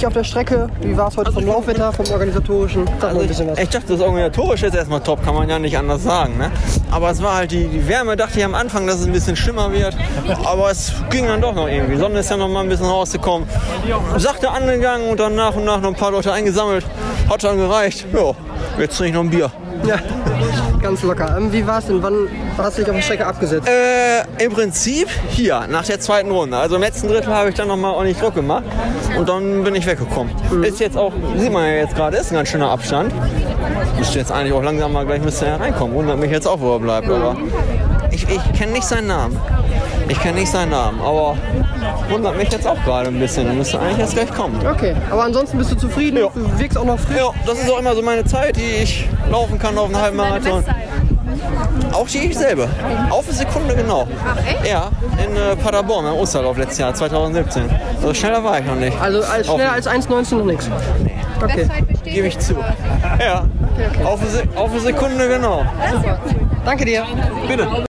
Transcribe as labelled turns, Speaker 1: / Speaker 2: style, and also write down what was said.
Speaker 1: dich auf der Strecke? Wie war es heute vom Laufwetter, vom organisatorischen? Also, Sag mal ein bisschen was.
Speaker 2: Ich dachte, das Organisatorische ist erstmal top, kann man ja nicht anders sagen. Ne? Aber es war halt die, die Wärme, dachte ich am Anfang, dass es ein bisschen schlimmer wird. Aber es ging dann doch noch irgendwie. Die Sonne ist ja noch mal ein bisschen rausgekommen. Sachte angegangen und dann nach und nach noch ein paar Leute eingesammelt. Hat dann gereicht. Ja, jetzt trinke ich noch ein Bier.
Speaker 1: Ja, ganz locker. Ähm, Wie war es denn? Wann hast du dich auf der Strecke abgesetzt?
Speaker 2: Äh, Im Prinzip hier, nach der zweiten Runde. Also im letzten Drittel habe ich dann nochmal ordentlich Druck gemacht und dann bin ich weggekommen. Ist jetzt auch, sieht man ja jetzt gerade, ist ein ganz schöner Abstand. Müsste jetzt eigentlich auch langsam mal gleich müsste er reinkommen. Wundert mich jetzt auch, wo er bleibt. Aber ich, ich kenne nicht seinen Namen. Ich kenne nicht seinen Namen, aber wundert mich jetzt auch gerade ein bisschen. Er Müsste eigentlich jetzt gleich kommen.
Speaker 1: Okay, aber ansonsten bist du zufrieden?
Speaker 2: Ja.
Speaker 1: Du wirkst auch noch frisch?
Speaker 2: Ja, das ist auch immer so meine Zeit, die ich laufen kann auf einen halben Marathon. Auch die ich selber. Auf eine Sekunde genau.
Speaker 3: echt?
Speaker 2: Ja, in äh, Paderborn, im Osterlauf letztes Jahr, 2017. So schneller war ich noch nicht.
Speaker 1: Also als,
Speaker 2: Auf-
Speaker 1: schneller als 1,19 noch nichts? Okay,
Speaker 3: Bestzeit besteht.
Speaker 2: Gebe ich zu. Ja, auf eine, Se- auf eine Sekunde genau.
Speaker 1: danke dir.
Speaker 2: Bitte.